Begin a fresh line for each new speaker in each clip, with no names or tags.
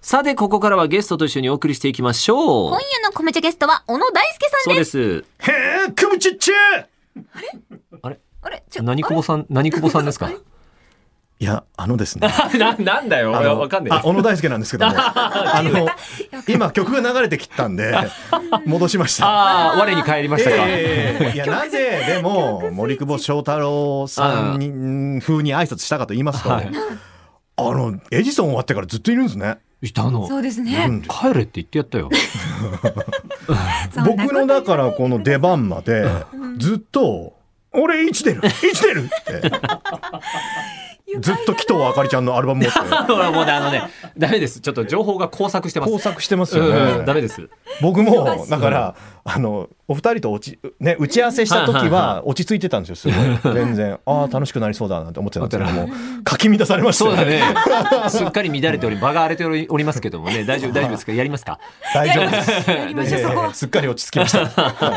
さて、ここからはゲストと一緒にお送りしていきましょう。
今夜のコムチャゲストは小野大輔さ
そ
ん
う
で。
ですす。
へえ、くむちっちゃ
あれ
あれ、ちょ、
何久保さん、何久保さん ですか
いや、あの ですね。
な、なんだよ。
あ
俺は
の
わかんない
あ。小野大輔なんです けども。あの、今曲が流れてきたんで、戻しました。
ああ、我に返りましたか。
ええいや、なぜ、でも、森久保祥太郎さんに風に挨拶したかと言いますと、
はい
あの、エジソン終わってからずっといるんですね。
いたの
そ。うです
う
ね。
ん
帰れって言ってやったよ。
そんなこと
僕のだからこの出番まで、ずっと、俺生きてる生きてる って、ずっと紀藤あかりちゃんのアルバム持って、
ほらもうねあのね、ダメです。ちょっと情報が交錯してます。
工作してますよ
うん、
ね。
ダメです。
僕
忙
も
しい
だからあのお二人と落ち、ね、打ち合わせした
はい
時
はいは
は落ち着いてたんですよす ごい全然ああ楽しくなりそうだなって思ってたんですけどもかき乱されました
そう
よ
だ
ね
ね。すっかり乱れており、場が荒れておりますけどもね、大 丈夫、大丈夫ですかやりますか
大丈夫 です。
やりましょう、
え
そこは
え。すっかり落ち着きました。
だってソロ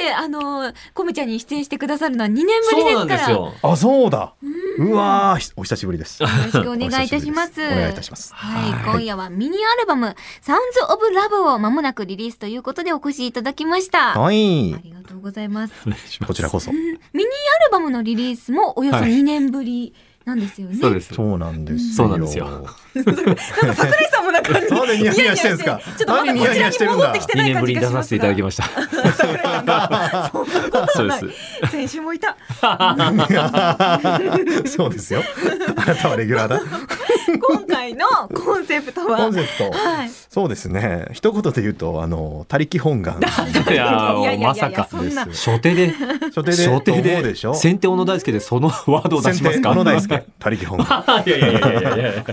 で、あのー、コムちゃんに出演してくださるのは2年ぶり
そうな
です
ん
か
で
ら。
す
よ
よ。
あ、そうだ。うわー、ひお久しぶりです。
ろしくお願いいたします。
お願いいたします
はい、
はい
今夜はミニアルバム、サウンズオブラブをまもなくリリースということでお越しいただきました。あ
はい。
りがとうございます。
こちらこそ。
ミニアルバムのリリースもおよそ
はい
2年ぶりなんですよね。
そうです。
そうなんですよ。
そうなんですよ。
なんか桜井さんもなんか
なんでニヤニヤしてんすか
ニヤニヤしてちょっとまだこちらに戻ってきて
2
ない
年
感
ぶりに
じが
出
し
さ
ま
せて
す
いただき
ま
ました。
す
そうです。
先週もいた。
そうですよ。あなたはレギ ュラーだ。
今回のコンセプト
コ
は
ン。セプト。
はい。
そうですね。一言で言うと、あの、他力 本願。
いやー
いやいやいやいや
まさか
そんな
初手で
初手で。
初手
と思う
で
でしょ
先手小野大輔でそのワードを出しますか
先手小野大輔。 他力本願。
いやいやいやいやいや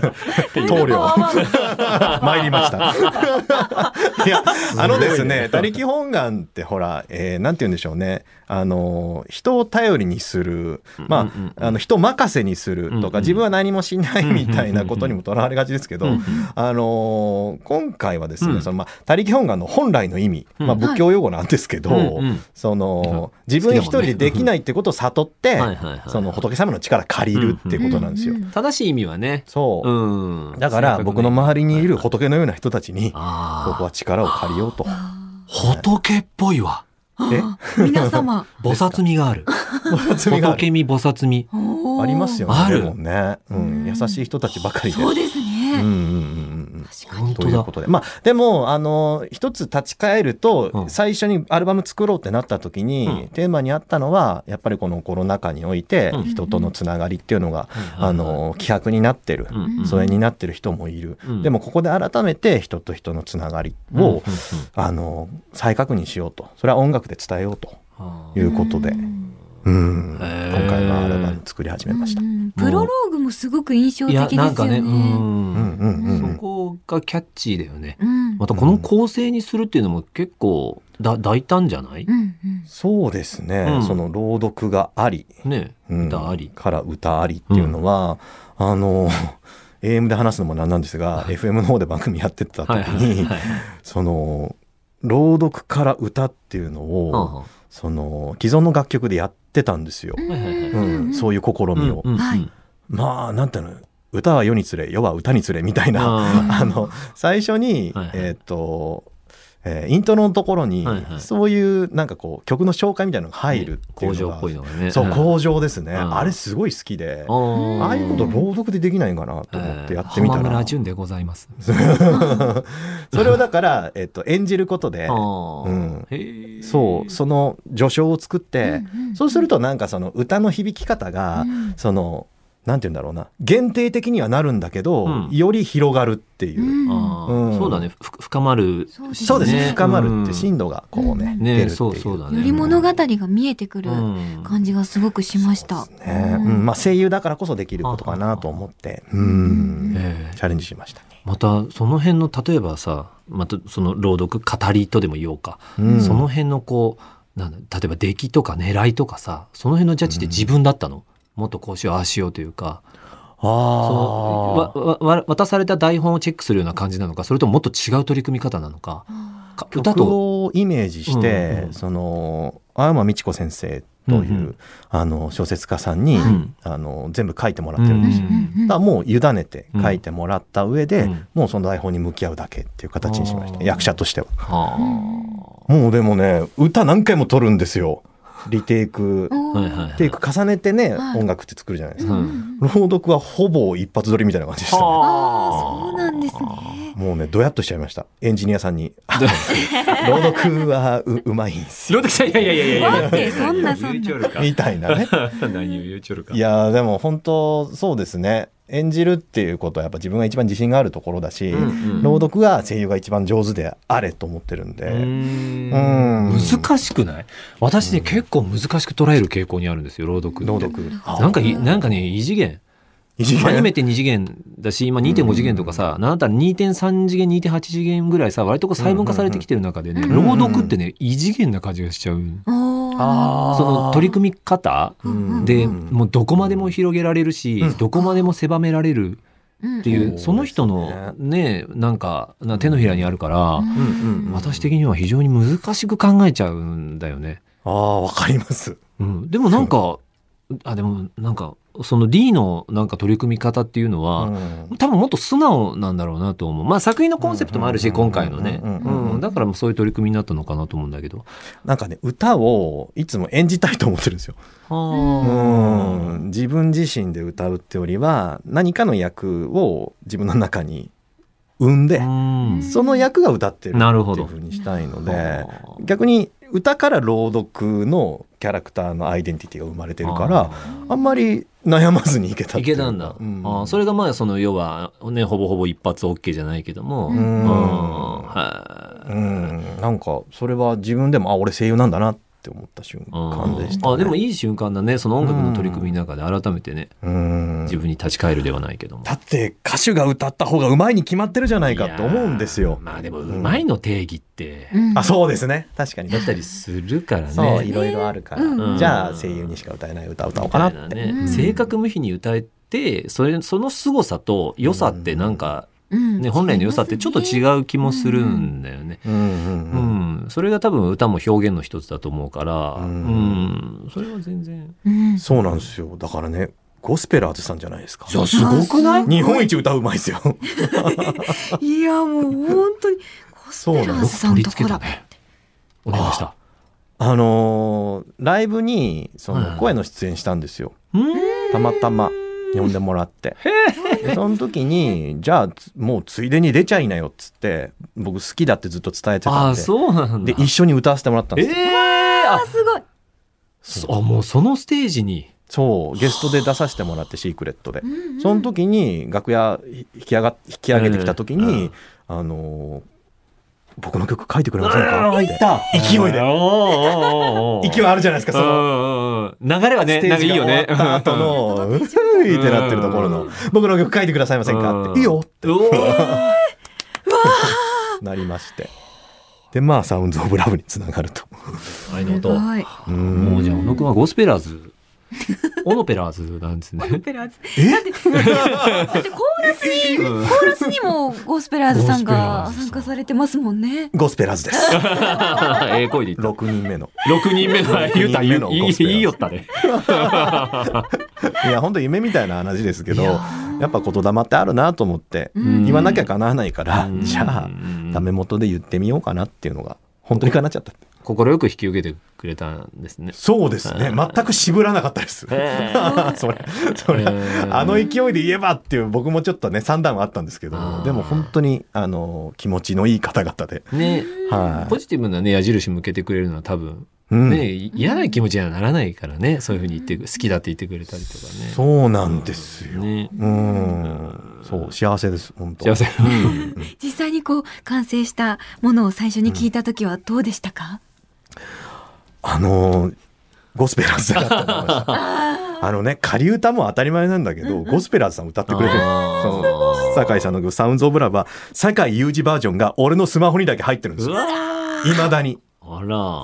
棟梁
あまあ
参りま した。いや、あのですね
すごいね、
他力本願ってほら、えーなんて言うんでしょうね。あの、人を頼りにする、ま
うんうんうん
あ、あの、人任せにする
うんう
と
ん
か、自分は何もしないみたいなことにもとらわれがちですけ
うんう
ど
ん、
あの、今回はです
うん
ね、その、まあ、他力本願の本来の意味、
うん
まあ、仏教用語なんですけど
うんうん、
その、自分一人でできないってことを悟っ
う
て
んはいはいはい、
その仏様の力借りるってことなんですよ
う。ん
正しい意味はね
そう。
うん
だから僕の周りにいる仏のような人たちにここ
あ
は力を借りようと。
あ仏っぽいわ
え
皆様。
菩薩味がある
罪が あ
仏
る
味菩薩味
おー
ありますよ
あ
ね。
る
でもね、うん、優しい人たちばかりで。
そうです
うんうん
ね。
うんうん
確か
う
に。
本
ん。と
当
いう
だ
ことで、まあでもあの一つ立ち返る
う
と
ん
最初にアルバム作ろうってなった時
うん
にテーマにあったのはやっぱりこのコロナ禍において
うん
人とのつながりっていうのが
うん
あの希薄になってる。
うんうん
疎遠になってる人もいる
うん。
でもここで改めて人と人のつながり
うんうんうん
をあの再確認しようとそれは音楽で伝えようと
あ
い
ー
うことで、うん、今
へー
回はアルバム作り始めました。
うんプロローグもすごく印象
い
的
や
ですよね。
なんかねう
うんんうんうんう
そ
ん、
こがキャッチーだよね
うん。
またこの構成にするっていうのも結構だ大胆じゃない
うんうん
そうですね、
うん
その朗読があり、
ね
うん
歌あり
から歌ありっていうのは、あの AM で話すのもなんなんですが FM の方で番組やってた時
はいはい
に
はい
その朗読から歌っていうのを、
は
その既存の楽曲でやってたんですよ、
うん
はいはいはい
うんそういう試
あ
みを。
はい
まあなんていうの歌は世につれ世は歌につれみたいな
あ
あの最初に、
はいはい
えーっと、えーイントロのところに、
はいはい
そういうなんかこう曲の紹介みたいなの
ー
が入るってい
工
うの
場
が、
っぽいのがね
そう工場ですね、
うん
あれすごい好きで、
ん
ああいうこと朗読でできないかなと思ってやってみた
浜
ら、
村淳でございます
それをだから、えっと、演じることで、
あー
うん
へー
そうその序章を作って、そうするとなんかその歌の響き方が、
うん
そのなんて言うんだろうな限定的にはなるんだけど、
うん
より広がるっていう。
うん
あー
うん
そうだねふ深まる
そうですね
そうですね深まるって
ン
深度がこうね、
ね
出るっていう
そうそうだね
より物語が見えてくる
うん
感じがすごくしました。
そうですねうんまあ、声優だからこそできることかなと思ってうん
ええ
チャレンジしましたね、
またその辺の例えばさまたその朗読語りとでも言おうか
うん
その辺のこうなんだ例えば出来とか狙いとかさその辺のジャッジって自分だったの、もっとこうしようああしようというか
あ
そ
ー
のわわ渡された台本をチェックするような感じなのかそれとももっと違う取り組み方なのかか歌
曲
と
をイメージして、
うんうん
その青山美智子先生と
うん
いうう、
ん
あの小説家さんに、
うん
あの全部書いてもらってるんですよ。
うん
だからもう委ねて書いてもらった上で、
うん
もうその台本に向き合うだけっていう形にしまし
あー
た役者としては。
は
もうでもね歌何回も撮るんですよリテイク
あはいはいはい
テイク重ねてね、
はい
音楽って作るじゃないです
う
か、
ん
朗読はほぼ一発撮りみたいな感じでした、ね、
ああ、そうなんですね。
もうねドヤっとしちゃいましたエンジニアさんに「朗読はううまいんすよ
ロテキさんいやいやいやいやいや
待ってそんなそんな
言うちょる」か
みたい なね
何を言うちょるか
いやーでも本当そうですね演じるっていうことはやっぱ自分が一番自信があるところだし、
うん
朗読が声優が一番上手であれと思ってるんで、
うーん
うん
難しくない私ね、
うん
結構難しく捉える傾向にあるんですよ朗読って
朗読
なんかいなんかね異次元
異次元
初めて2次元だし今2.5次元とかさ、あなた2.3次元2.8次元ぐらいさ割とこう細分化されてきてる中でね、
うんうん
うん
朗読ってね異次元な感じがしちゃう、
お
あー
その取り組み方
うん
で、
うん
もうどこまでも広げられるし、
うん
どこまでも狭められる
み
っていう、
うん
その人のねなんかな手のひらにあるから、
んうん
私的には非常に難しく考えちゃうんだよね。
ああわかります
うん、でもなんかあでもなんかその D のなんか取り組み方っていうのは、
うん
多分もっと素直なんだろうなと思う。まあ作品のコンセプトもあるし、
うんうんう
今
ん
回のね。
うんうんうん
うんだからもうそういう取り組みになったのかなと思うんだけど。
なんかね歌をいつも演じたいと思ってるんですよ。
は
うん自分自身で歌うってよりは何かの役を自分の中に生んで、
あ。
ん
その役が歌ってる
なる
っ
ほ
てい
ど
うふうにしたいので
で、
逆に歌から朗読のキャラクターのアイデンティティが生まれてるからあんまり悩まずにいけた
あー。
っ
い
て
け
いうか
たんだ。
うん
あーそれがまあその要はねほぼほぼ一発 OK じゃないけども。
う
う
うん
ん
は
う
い。
んなんかそれは自分でもあ俺声優なんだなって思った瞬間でした、ね
あでもいい瞬間だねその音楽の取り組みの中で改めてね、
うん
自分に立ち返るではないけども
だって歌手が歌った方がうまいに決まってるじゃないかと思うんです
いや
よ
ー。まあでもうまいの定義って
あそうですね確かに
だったりするからね、
そういろいろあるから、
うん
じゃあ声優にしか歌えない歌を歌おうかなって。
ね
うん
性格無比に歌えてそれその凄さと良さってなんか、
うん
ね本来の良さってちょっと
う。
違う気もするんだよね。
うんうん
う
う
ん、
ん
それが多分歌も表現の一つだと思うから、う、
うん
それは全然。
うん
そうなんですよだからねゴスペラーズさんじゃないですか。
すごくない
あ
日本一歌うまいで すよ。
いやもう本当にコスペラーズさんとこだ。
ね。お願いした。
あのーライブにそ
うん
の声の出演したんですよ。
うん
たまたま呼んでもらって。でその時にじゃあつもうついでに出ちゃいなよっつって僕好きだってずっと伝えて
あ
たん
あ、
で。
そうなん
で
だ。
一緒に歌わせてもらったん
え
ですよ。
えあ
すごい。
そあ、もうそのステージに。
そうゲストで出させてもらってシークレットで
う。んうん
その時に楽屋ひ引き上が引き上げてきた時
うんう
に
ん、
あのー僕の曲書いてくれませんかって
た
勢いで勢い
は。
あるじゃないですかその
うんうんうん流れはね、
ステ
な
ー
んかい
ジ
い
が
よ
終わ
ね。
った後の「うふい」ってなってるところ
う
の
ん
「僕の曲書いてくださいませんか?」って「いいよ」って
うおー
なりましてでまあ「サウンズ・オブ・ラブ」につながると
愛の音
すごい
うん
もうじゃあ小野くんはゴスペラーズオノペラーズなんですね
ゴスペラーズ。だってだってコーラス にコーラスにもゴスペラーズさんが
ゴスペラーズさん
参加されてますもんね。
ゴスペラーズです
ええ声で言っ
6人目の
た6人目の言うた
六人目の
いい
ゴスペラーズ
いいよったね
いや本当夢みたいな話ですけど
い
やっぱ言霊ってあるなと思って
ん
言わなきゃ叶わないから
うん
じゃあ
うん
ダメ元で言ってみようかなっていうのが本当に叶っちゃった
心よく引き受けてくれたんですね
そうですね
はい
全く渋らなかったです
へ
それそれあの勢いで言えばっていう僕もちょっとね三段はあったんですけど
あー
でも本当にあの気持ちのいい方々で、
ね
は
ポジティブなね矢印向けてくれるのは多分
いうん
ね嫌な気持ちにはならないからねそういうふうに言って好きだって言ってくれたりとかね
そうなんですよ、
ね
うんそう幸せです本当
幸せ
うん
実際にこう完成したものを最初に聞いた時はどうでしたか？
あのゴスペラーズだったと思い ましたあのね仮歌も当たり前なんだけど、ゴスペラーズさん歌ってくれてる
あー
その酒井さんの曲「サウンズ・オブ・ラブ」は酒井雄二バージョンが俺のスマホにだけ入ってるんで す
う
よ
わ
いまだに
あら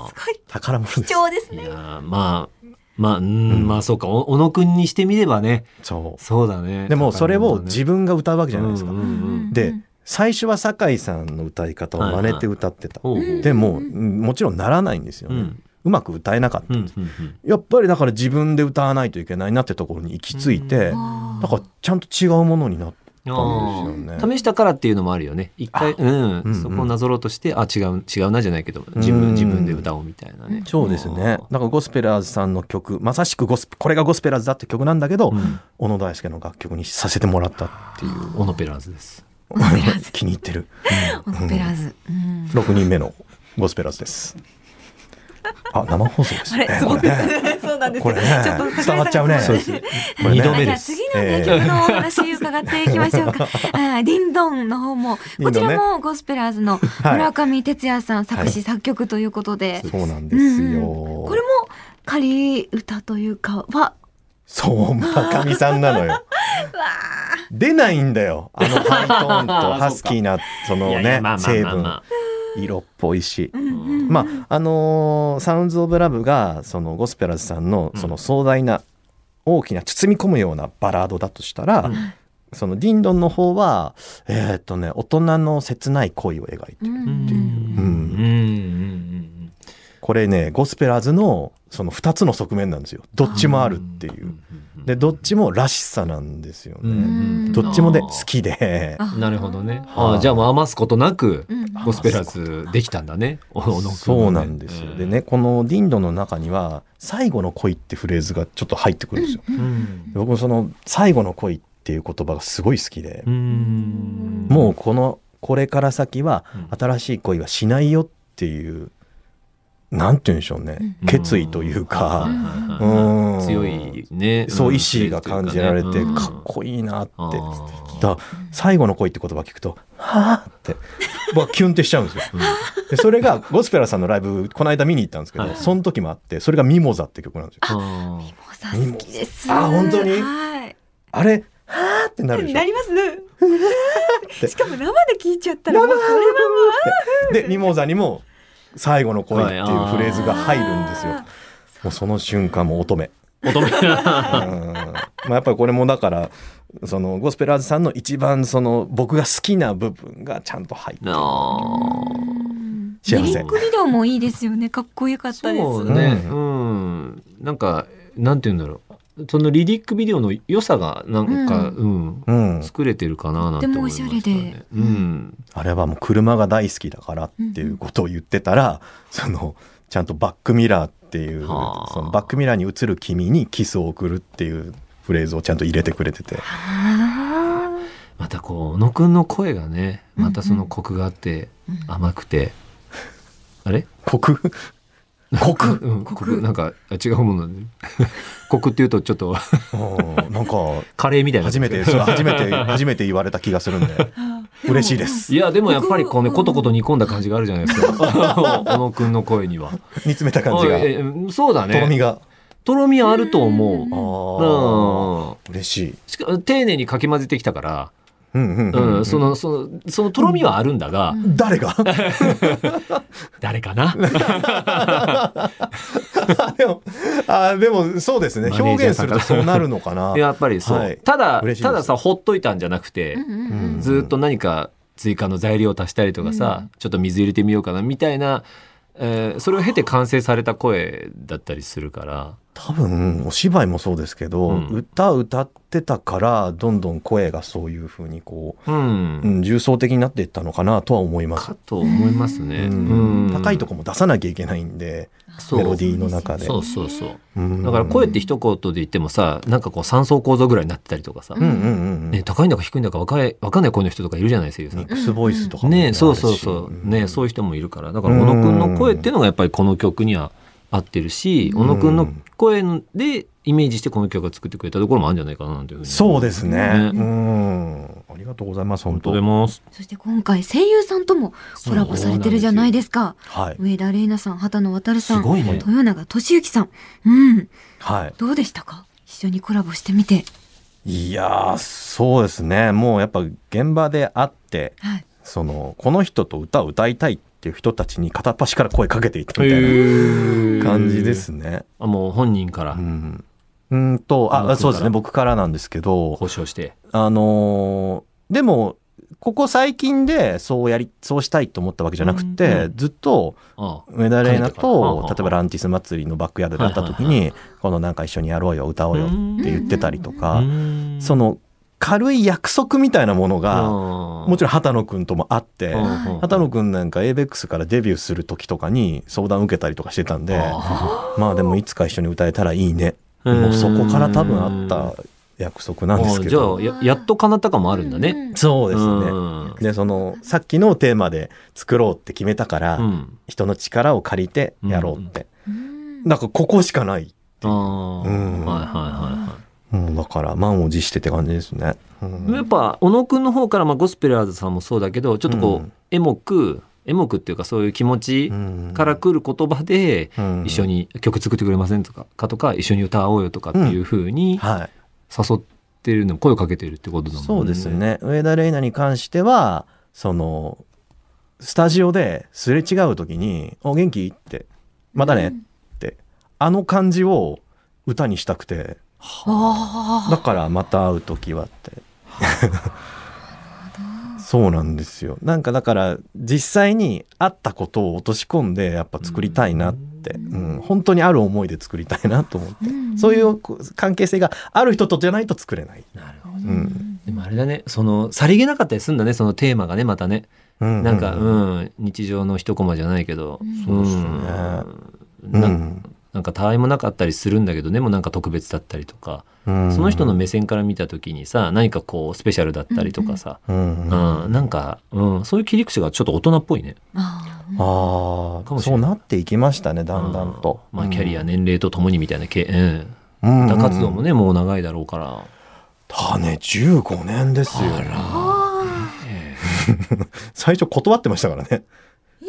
宝物です
貴重です
い
ね。
やーまあまあうーん、まあそうかお小野くんにしてみればね
そ
そうだね
うでもそれを自分が歌うわけじゃないですか、
うんうん
で最初は酒井さんの歌い方を真似て歌ってた、
うん
うん
でもうんもちろんならないんですよ
う
ね、
ん
うまく歌えなかった、
うんうんうん
やっぱりだから自分で歌わないといけないなってところに行き着いて、
うん
だからちゃんと違うものになった
あ
んですよね。
ー試したからっていうのもあるよね一回、うん
うん
そこをなぞろうとしてあ違う違うなじゃないけど自
うん
分自分で歌おうみたいなね
そうですねだからゴスペラーズさんの曲まさしくゴスこれがゴスペラーズだって曲なんだけど、
うん
小野大輔の楽曲にさせてもらったっていう
オノペラーズです
気に入ってる
オペラーズ。うん
6人目のゴスペラーズです。あ生放送です
あ
よ
れ、
ね
す
こ
ご
れ
く、
ね
そうなんです
こ
よ
れね
ちょっと桜井さ
伝
ん
わっちゃうね。
そうです
これね
二度目
あじゃ
で
あ
す
次の楽曲のお話伺っていきましょ うか。あーディンドンの方も、こちら
ディンド
もゴスペラーズの村上哲也さん作詞作曲という ことで、
そうなんですよ。
うんうんこれも仮歌というかは、
そう村上さんなのよ。
うわー
出ないんだよあのハイトーンとハスキーなその
いやい
ね
やまあまあ
成
まあま
分
あ
色っぽいし。
うんうんうん
まああのーサウンズ・オブ・ラブ」がそのゴスペラーズさんの
うん
その壮大な大きな包み込むようなバラードだとしたら、
うん
そのディンドンの方はえーっとね大人の切ない恋を描いて
うん
うん
う
うん
ん
うんうん
これねゴスペラーズのその2つの側面なんですよどっちもあるってい
うんう
う。
ん
でどっちもらしさなんですよ
うんう
ね。
ん
どっちもね好きで
あー
なるほどね
は
あ
い
ーじゃあもう余すことなく
うん
ゴスペラーズできたんだねおのおの君
そう
はね
なんですよ。でね、このディンドの中には、最後の恋ってフレーズがちょっと入ってくるんですよ。
うんうん
僕もその、最後の恋っていう言葉がすごい好きで
う、ん
もうこの、これから先は
うん、
新しい恋はしないよっていう、なんて言うんでしょうね
う。ん
決意という
はい
か、
はいはいは
うん
い強いね
そう、
ん
意志が感じられて、
うん
かっこいいなって。
あー
だ最後の恋って言葉聞くと、はぁって、僕はキュンってしちゃうんですよ。
うん
でそれがゴスペラさんのライブこの間見に行ったんですけど、
はい
その時もあってそれが「ミモザ」って曲なんですよ。
あー
おさ好きです。
あ本当に
はい。
あれはあってなるでし
な
ょ。
りますね。
て
しかも生で聞いちゃったらもうそれは
で「ミモザ」にも「最後の恋」っていうフレーズが入るんですよ。
あー
もうその瞬間も乙女。
乙 女
うんまあ、やっぱりこれもだからそのゴスペラーズさんの一番その僕が好きな部分がちゃんと入ってる。
あー
うん
幸せ
リリックビデオもいいですよね。かっこよかったです。
そうね、うん、なんか、なんて言うんだろう。そのリリックビデオの良さが、なんか、うん、
うん、
作れてるかななんて思いました、ね。
とてもおしゃれで
うん、
あれはもう車が大好きだからっていうことを言ってたら、そのちゃんとバックミラーっていう、
はあ
そのバックミラーに映る君にキスを送るっていうフレーズをちゃんと入れてくれてて、
あ
またこう、小野くんの声がね、またそのコクがあって、
ーうん
甘くて。あれ、
コクコク
うん、コク、なんか、あ違うもの なんで。コクっていうと、ちょっと
うんなんか
カレーみたいな。
初めてそう初めて初めて言われた気がするん で
あー
嬉しいで。す
いやでもやっぱりこうねことこと煮込んだ感じがあるじゃないですか 小野くんの声には
煮詰めた感じ
あ
が
ええそうだね
とろみが
とろみあると思う
うん
あー
うん
嬉しい
しか丁寧にかき混ぜてきたから、
うんう
う
ん
ん
うんうん
そのそのそのとろみはあるんだが、
うん
誰が
誰かな
でもあーでもそうですね
マネージ
表
ャー
現す
さん
る
か
と
ら
そうなるのかな
やっぱりそう、
はい
ただ
嬉しいです
たださほっといたんじゃなくて
うん、うんうん
ずっと何か追加の材料を足したりとかさ、
うん
ちょっと水入れてみようかなみたいな、えーそれを経て完成された声だったりするから、
多分お芝居もそうですけど、
うん
歌歌ってたからどんどん声がそういうふうにこ
うん
う、うん、重層的になっていったのかなとは思います
か。と思いますね。
うん
うん
高いとこも出さなきゃいけないんで、
そう
メロディーの中で
そうそうそう
うん
だから声って一言で言ってもさなんかこう三層構造ぐらいになってたりとかさ、
う
うんうんうんう
ね、
ん
高いんだか低いんだか分かい分かんない声の人とかいるじゃない声優さん
ミッ。クスボイスとかも
ね
あるし
そうそうそう、ねそういう人もいるからだから小野くんの声っていうのがやっぱりこの曲には合ってるし
うん
小野くんの声でイメージしてこの曲を作ってくれたところもあるんじゃないかななんていうふうに
そうです
ね
ねうんありがとうございます本
本
当
当でます
そして今回声優さんともコラボされてるじゃないですか。
はい
上田玲奈さん、畑野渉さ
す
ん、
ごいね
豊永俊之さん。うん。
はい
どうでしたか一緒にコラボしてみて。
いやーそうですねもうやっぱ現場で会って
はい。
そのこの人と歌を歌いたいっていう人たちに片っ端から声かけていったみたいな
へ
感じですね。
あもう本人から
うん、うんと
あ僕か
あ
ら
そうですね僕からなんですけど
交渉して
あのーでもここ最近でそうやりそうしたいと思ったわけじゃなくて、
うんう
ずっと
ああ
上田玲奈
かねて
と
から
例えばランティス祭りのバックヤードで会った時に、
はいは
このなんか一緒にやろうよ歌おうよって言ってたりとか、
うん
その軽い約束みたいなものが、も
も
ちろん畑野くんとも会って、
ん
畑野くんなんか ABEX からデビューする時とかに相談受けたりとかしてたんでまあでもいつか一緒に歌えたらいいねもうそこから多分あった約束なんですけど
じゃあややっと叶った感もあるんだね。
そうですね、
うん
でそのさっきのテーマで作ろうって決めたから、
うん
人の力を借りてやろうって、
うん
なんかここしかない
あー
うん
はいはいはいは
もうだから満を持してって感じですね、うん
い。やっぱ小野くんの方からまあゴスペラーズさんもそうだけどちょっとこ
う
うんエモくエモくっていうかそういう気持ち
うん
から来る言葉で
うん
一緒に曲作ってくれませんとかかとか一緒に歌おうよとかっていうふうに
はい
誘ってるの声をかけてるってことだもんね。
そうです。ね上田玲奈に関してはそのスタジオですれ違う時に「お元気?」って「またね」って、あの感じを歌にしたくてだからまた会う時はって。そうなんですよなんかだから実際にあったことを落とし込んでやっぱ作りたいなって、
うん
うん本当にある思いで作りたいなと思って、
ん
そういうこう関係性がある人とじゃないと作れない、
なるほど。
うん
うん
でもあれだねそのさりげなかったりするんだねそのテーマがねまたね
うん
なんかうん日常の一コマじゃないけど
うん
そうですね
うんな
うん
なんかたわいもなかったりするんだけどでもなんか特別だったりとか
うん
その人の目線から見た時にさ何かこうスペシャルだったりとかさ
うん
うん
あ
なんかうんそういう切り口がちょっと大人っぽいね
あー
あ
かもしれ
そ
な
う
い
なっていきましたねだんだんと、
うんまあキャリア年齢とともにみたいなけうん
うん、
歌活動も
ね
ねもう長いだろうから
だね15年ですよ
あ
え
最初断ってましたからね
え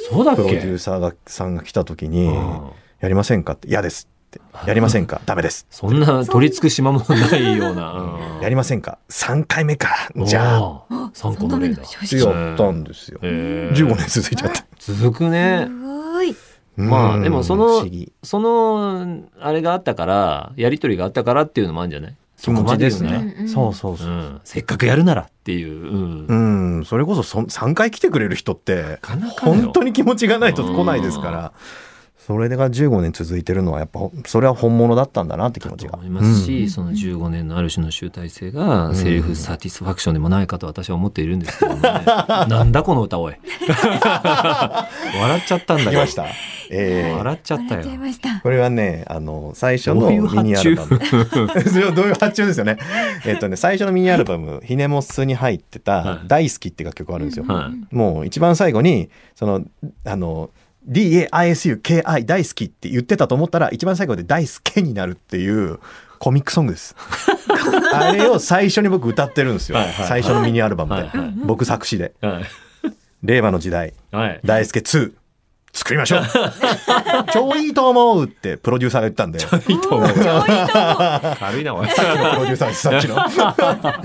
そうだっ
プロデュ
け
ーサーがさんが来た時に
うん
「やりませんか?」って「嫌です」って「やりませんかダメです」
そんな取り付く島もないような
やりませんか3回目か
うん
じゃあ
おー三個の例だ
そんなの
ってやったんですよ
えー
15年続いちゃって
続く
ー
ね
すごい。
まあでもその
うん不思議
そのあれがあったからやり取りがあったからっていうのもあるんじゃない
気持ちです
そこま
うんう
ね
ん
そうそ
言
うそうう
なうん、せっかくやるならっていう、うん
う
なん
それこそそ3回来てくれる人って
かなかだよ
本当に気持ちがないと来ないですからそれが15年続いてるのはやっぱそれは本物だったんだなって気持ち
だと
が
思いますし、
うん
その15年のある種の集大成が、
ん
セルフサティスファクションでもないかと私は思っているんですけ どもねなんだこの歌おい笑っちゃったんだ
うん
よ
来ましたえー
笑っちゃった
笑っ
よ
ちゃいました。
これはねあの最初の
どう
ミ
いう
ニア
発
ル
注
バム それはどういう発注で すよねえっとね最初のミニアルバム「ひねもっす」に入ってた
は
「
い
大好き」って楽曲があるんですよ
は
もう一番最後にそのあの DAISUKI 大好きって言ってたと思ったら一番最後で大好きになるっていうコミックソン グです。あれを最初に僕歌ってるんですよ。
はいはいはい
最初のミニアルバムで、
はいはい
僕作詞で
はい
令和の時代
はい
大輔2作りましょ う。超いいと思うってプロデューサーが言ったんで。
いいと 思う軽いなおい
さっきのプロデューサーです さっきの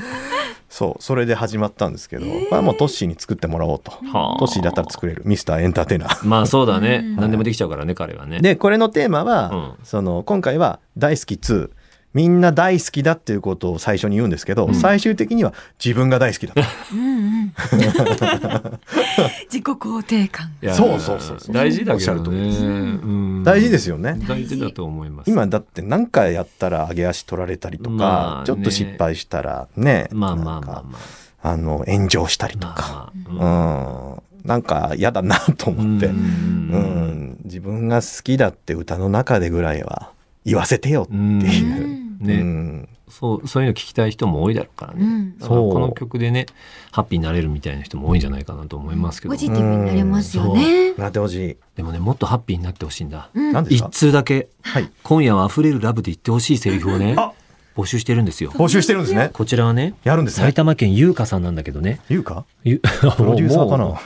そうそれで始まったんですけど、まあもうトッシーに作ってもらおうと、
はあ
トッシーだったら作れるミスターエンターテイナー
まあそうだね、
うん
何でもできちゃうからね彼はね
でこれのテーマは、
う
その今回は「大好き2」みんな大好きだっていうことを最初に言うんですけど、最終的には自分が大好きだと
うん うん。自己肯定感。
いや
そうそうそうそう
大事だけ
おっしゃる
ど
通り
ね
です
うん
大事ですよね、
大事だと思います
今だって何回やったら上げ足取られたりとか、
まあね
ちょっと失敗したらね
まあまあ
なん
まあ
か
まあ
あの炎上したりと
ま
か、
あまあ
うんなんか嫌だなと
うん
思って、
うん
うん、自分が好きだって歌の中でぐらいは言わせてよっていう。
うん
ね、
うん
そうそういうの聞きたい人も多いだろうからね、
うん
だから
そう
この曲でねハッピーになれるみたいな人も多いんじゃないかなと思いますけど
ポジティブになれますよね。
なってほしい。
でもねもっとハッピーになってほしいんだ
うん
何です
一
か
通だけ、
はい
今夜は溢れるラブで言ってほしいセリフをね
あ
募集してるんですよ
募集してるんですね。
こちらはね
やるんですね
埼。玉県優香さんなんだけどね
言うか
ゆ
プロデューサーか
も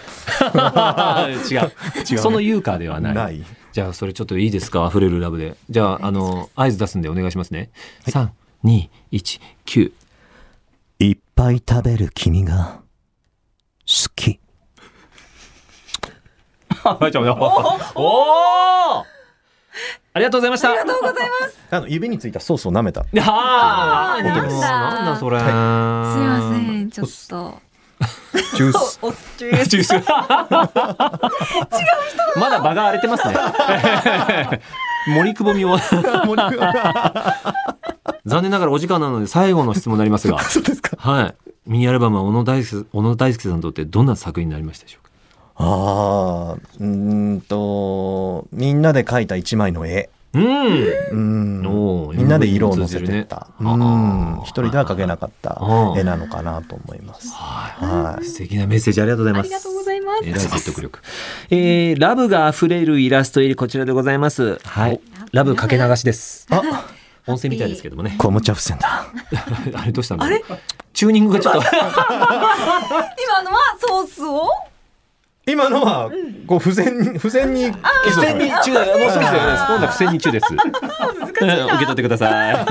な
う 違う
違う
その優香では
な
ない
い。
じゃあそれちょっといいですか溢れるラブでじゃああの合図出すんでお願いしますね、三二321
いっぱい食べる君が好き。
はい、ちょ、おおありがとうございました。ありがとうござい
あの、指についたソースを舐めた。
ます。あ
あーなん
な
だ
んだそれ。すい
すいません、ちょっと。
ジュー ス。
おジュース
違う人まだ場が荒れてますね 森久保美は 残念ながらお時間なので最後の質問になりますが
そうですか。
はいミニアルバムは小野大輔小野大輔さんにとってどんな作品になりましたでしょうか
ああ、うーんと、みんなで描いた一枚の絵。
うん
うん
おー
みんなで色を乗せてった、
絵
う
文字も
ん
通じるね
一人では描けなかった
あー
絵なのかなと思います。
は
はい
い素敵なメッセージありがとうございま
あり
す
がとうございます
えらい説得力
えーラブが溢れるイラスト入りこちらでございます。はい。ラブかけ流しです。
あ、
温泉みたいですけどもね
こむちゃ付箋だ。
あれどうしたの
あれ
チューニングがち ょっと
今のはソースを
今のは、こう、付箋、付箋に、
不正に中だもうそうですよね今度は不正に中ですうん 受け取ってくださ い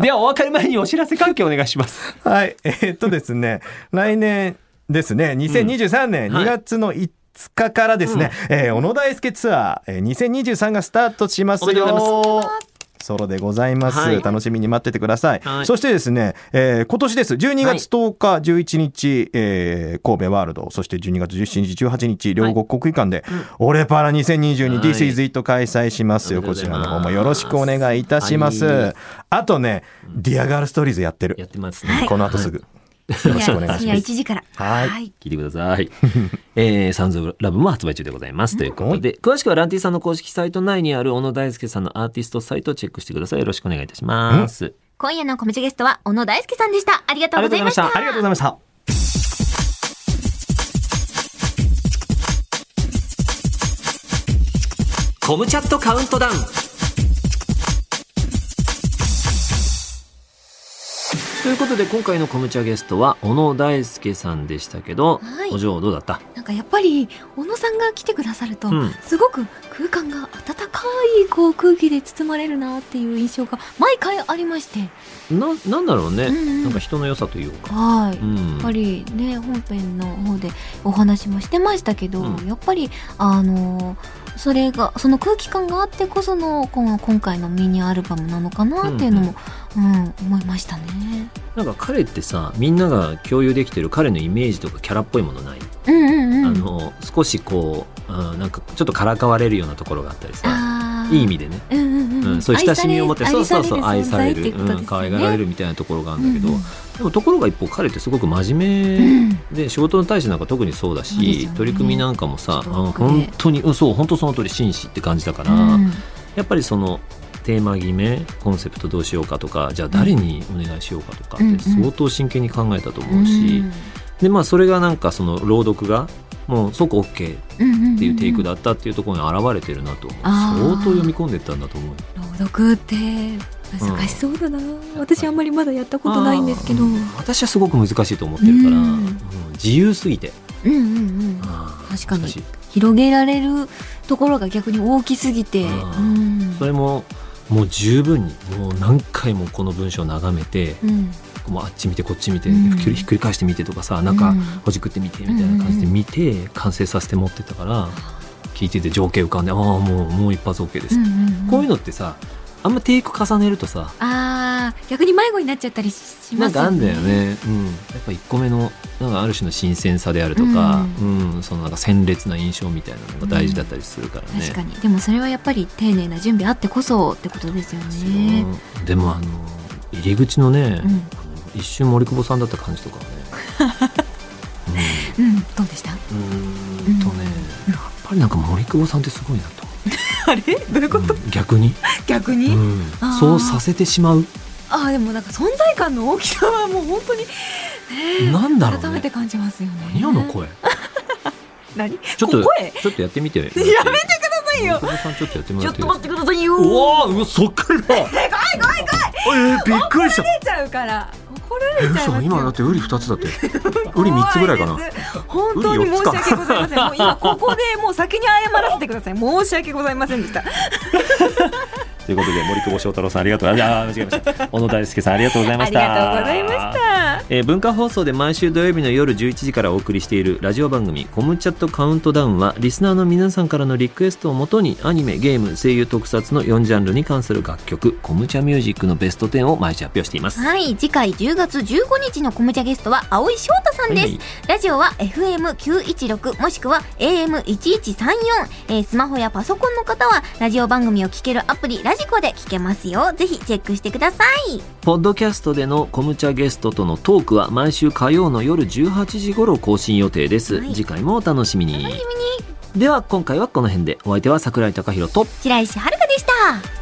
ではお別れ前にお知らせ関係お願いします
はい、えーっとですね、来年ですね、2023年
はい
2月の5日からですね、えー小野大輔ツアー、えー2023がスタートします
おめでとう
よ。ソロでございます、
はい
楽しみに待っててください、
はい
そしてですね、えー今年です12月10日、11日、えー神戸ワールドそして12月17日18日両国国技館で、オレパラ 2022ThisIsit、This is it 開催しますよ
おめ
こ
で
ち
とうござ
ら
います
の方もよろしくお願いいたします、
はい
あとね「ディアガールストーリーズ」やってる
やってます
は
ね
い
この後すぐ。よろしくお願いします
深夜1時から
はい
い
聞いてください、 えー、サウンズラブも発売中でございますということで詳しくはランティさんの公式サイト内にある小野大輔さんのアーティストサイトをチェックしてくださいよろしくお願いいたします
今夜のコメチゲストは小野大輔さんでしたありがとうございました
ありがとうございました。
コムチャットカウントダウンということで今回のコムチャゲストは小野大輔さんでしたけど、
はい
お嬢どうだった
なんかやっぱり小野さんが来てくださると、
うん
すごく空間が温かいこう空気で包まれるなっていう印象が毎回ありまして
ななんだろうね、
うんうん
なんか人の良さというか、
はい、
う
や
ん
っぱりね本編の方でお話もしてましたけど、
うん
やっぱりあのーそれがその空気感があってこそのこの今回のミニアルバムなのかなっていうのも、うん思いましたね。
なんか彼ってさみんなが共有できてる彼のイメージとかキャラっぽいものない、
うんうんうん、
あの少しこう、うんなんかちょっとからかわれるようなところがあったりさ
あー
いい意味でね、
うんうんうん
うん、そういう親しみを持ってそうそうそう愛される、
愛
うん、可愛がられるみたいなところがあるんだけど、
うんうん
でもところが一方彼ってすごく真面
う
目
ん
で仕事に対してなんか特にそうだ
そうです
し
よね
取り組みなんかもさあ
ち
の
ょっと奥で
本当にうんそう本当その通り紳士って感じだから、
うん
やっぱりそのテーマ決めコンセプトどうしようかとかじゃあ誰にお願いしようかとか
うんう
っ
ん
て相当真剣に考えたと思うし、
ん
でまあそれがなんかその朗読がもう即 OK っ
うんうんん
ていうテイクだったっていうところに現れてるなと思う、
あー
相当読み込んでったんだと思う
朗読って難しそうだな、私あんまりまだやったことないんですけど
あ
う
ー
ん
私はすごく難しいと思ってるから、
うん
うん自由すぎて
うんうん確かに
難しい
広げられるところが逆に大きすぎて、う
あー
ん
それももう十分にもう何回もこの文章を眺めて、
うん、
もうあっち見てこっち見て、
うん
ひっくりひっくり返してみてとかさなん
う
か
ん
ほじくってみてみたいな感じで見て、完成させて持ってったから聞いてて情景浮かんでああもうもう一発 OK です、
うんうんうん
こういうのってさあんまテイク重ねるとさ
あー逆に迷子になっちゃったりし
な
ま
ん
す
かあんだよね、うん、やっぱ1個目のなんかある種の新鮮さであるとか、うんそのなんか鮮烈な印象みたいなのが大事だったりするからね。
確かにでもそれはやっぱり丁寧な準備あってこそってことですよ
です
ね
よでもあの入り口のね、
うん
あの一瞬森久保さんだった感じと かはね、
うんどうでした
うん、うーんとね、やっぱりなんか森久保さんってすごいなと思
あれどういう
う、うん逆に、
逆に
うん
あー、
そうさせてしまう
あーでもなんか存在感の大きさはもう本当に
なんだろ
改
う
めて
ね
感じますよね。
何あの声
何
ちょっと
声
ちょっとやってみてやめて
や
く
めてださいよ
森久保さんちょっとやっても
ち
ら
ょ
っ
って
い
と
いですか
待ってくださいよ。
う
怒
わーうわそっくりだ 怖い怖い怖いえー、びっくりした
られちゃうから怒られちゃいますよ。
嘘今だってウリ二 つだってウリ三つぐらいかな
怖です。本当に申し訳ございません。もう 今ここでもう先に謝らせてください。申し訳ございませんでした。
と いうことで、森久保祥太郎さんありがとうございました。あー間違えました。小野大輔さんありがとうございま
あ
し
り
た。
がとうございました。
えー文化放送で毎週土曜日の夜11時からお送りしているラジオ番組「コムチャットカウントダウンは」リスナーの皆さんからのリクエストをもとにアニメゲーム声優特撮の4ジャンルに関する楽曲「コムチャミュージック」のベスト10を毎週発表しています。
はい、次回10月15日のコムチャゲストは青井翔太さんで
は
す。
い
ラジオは FM916 もしくは AM1134、えースマホやパソコンの方はラジオ番組を聞けるアプリラジコで聞けますよ。ぜひチェックしてください。
ポッドキャストでのコムチャゲストとのトークは毎週火曜の夜18時頃更新予定です、
はい
次回もお楽しみにでは今回はこの辺でお相手は桜井貴宏と
白石遥香でした。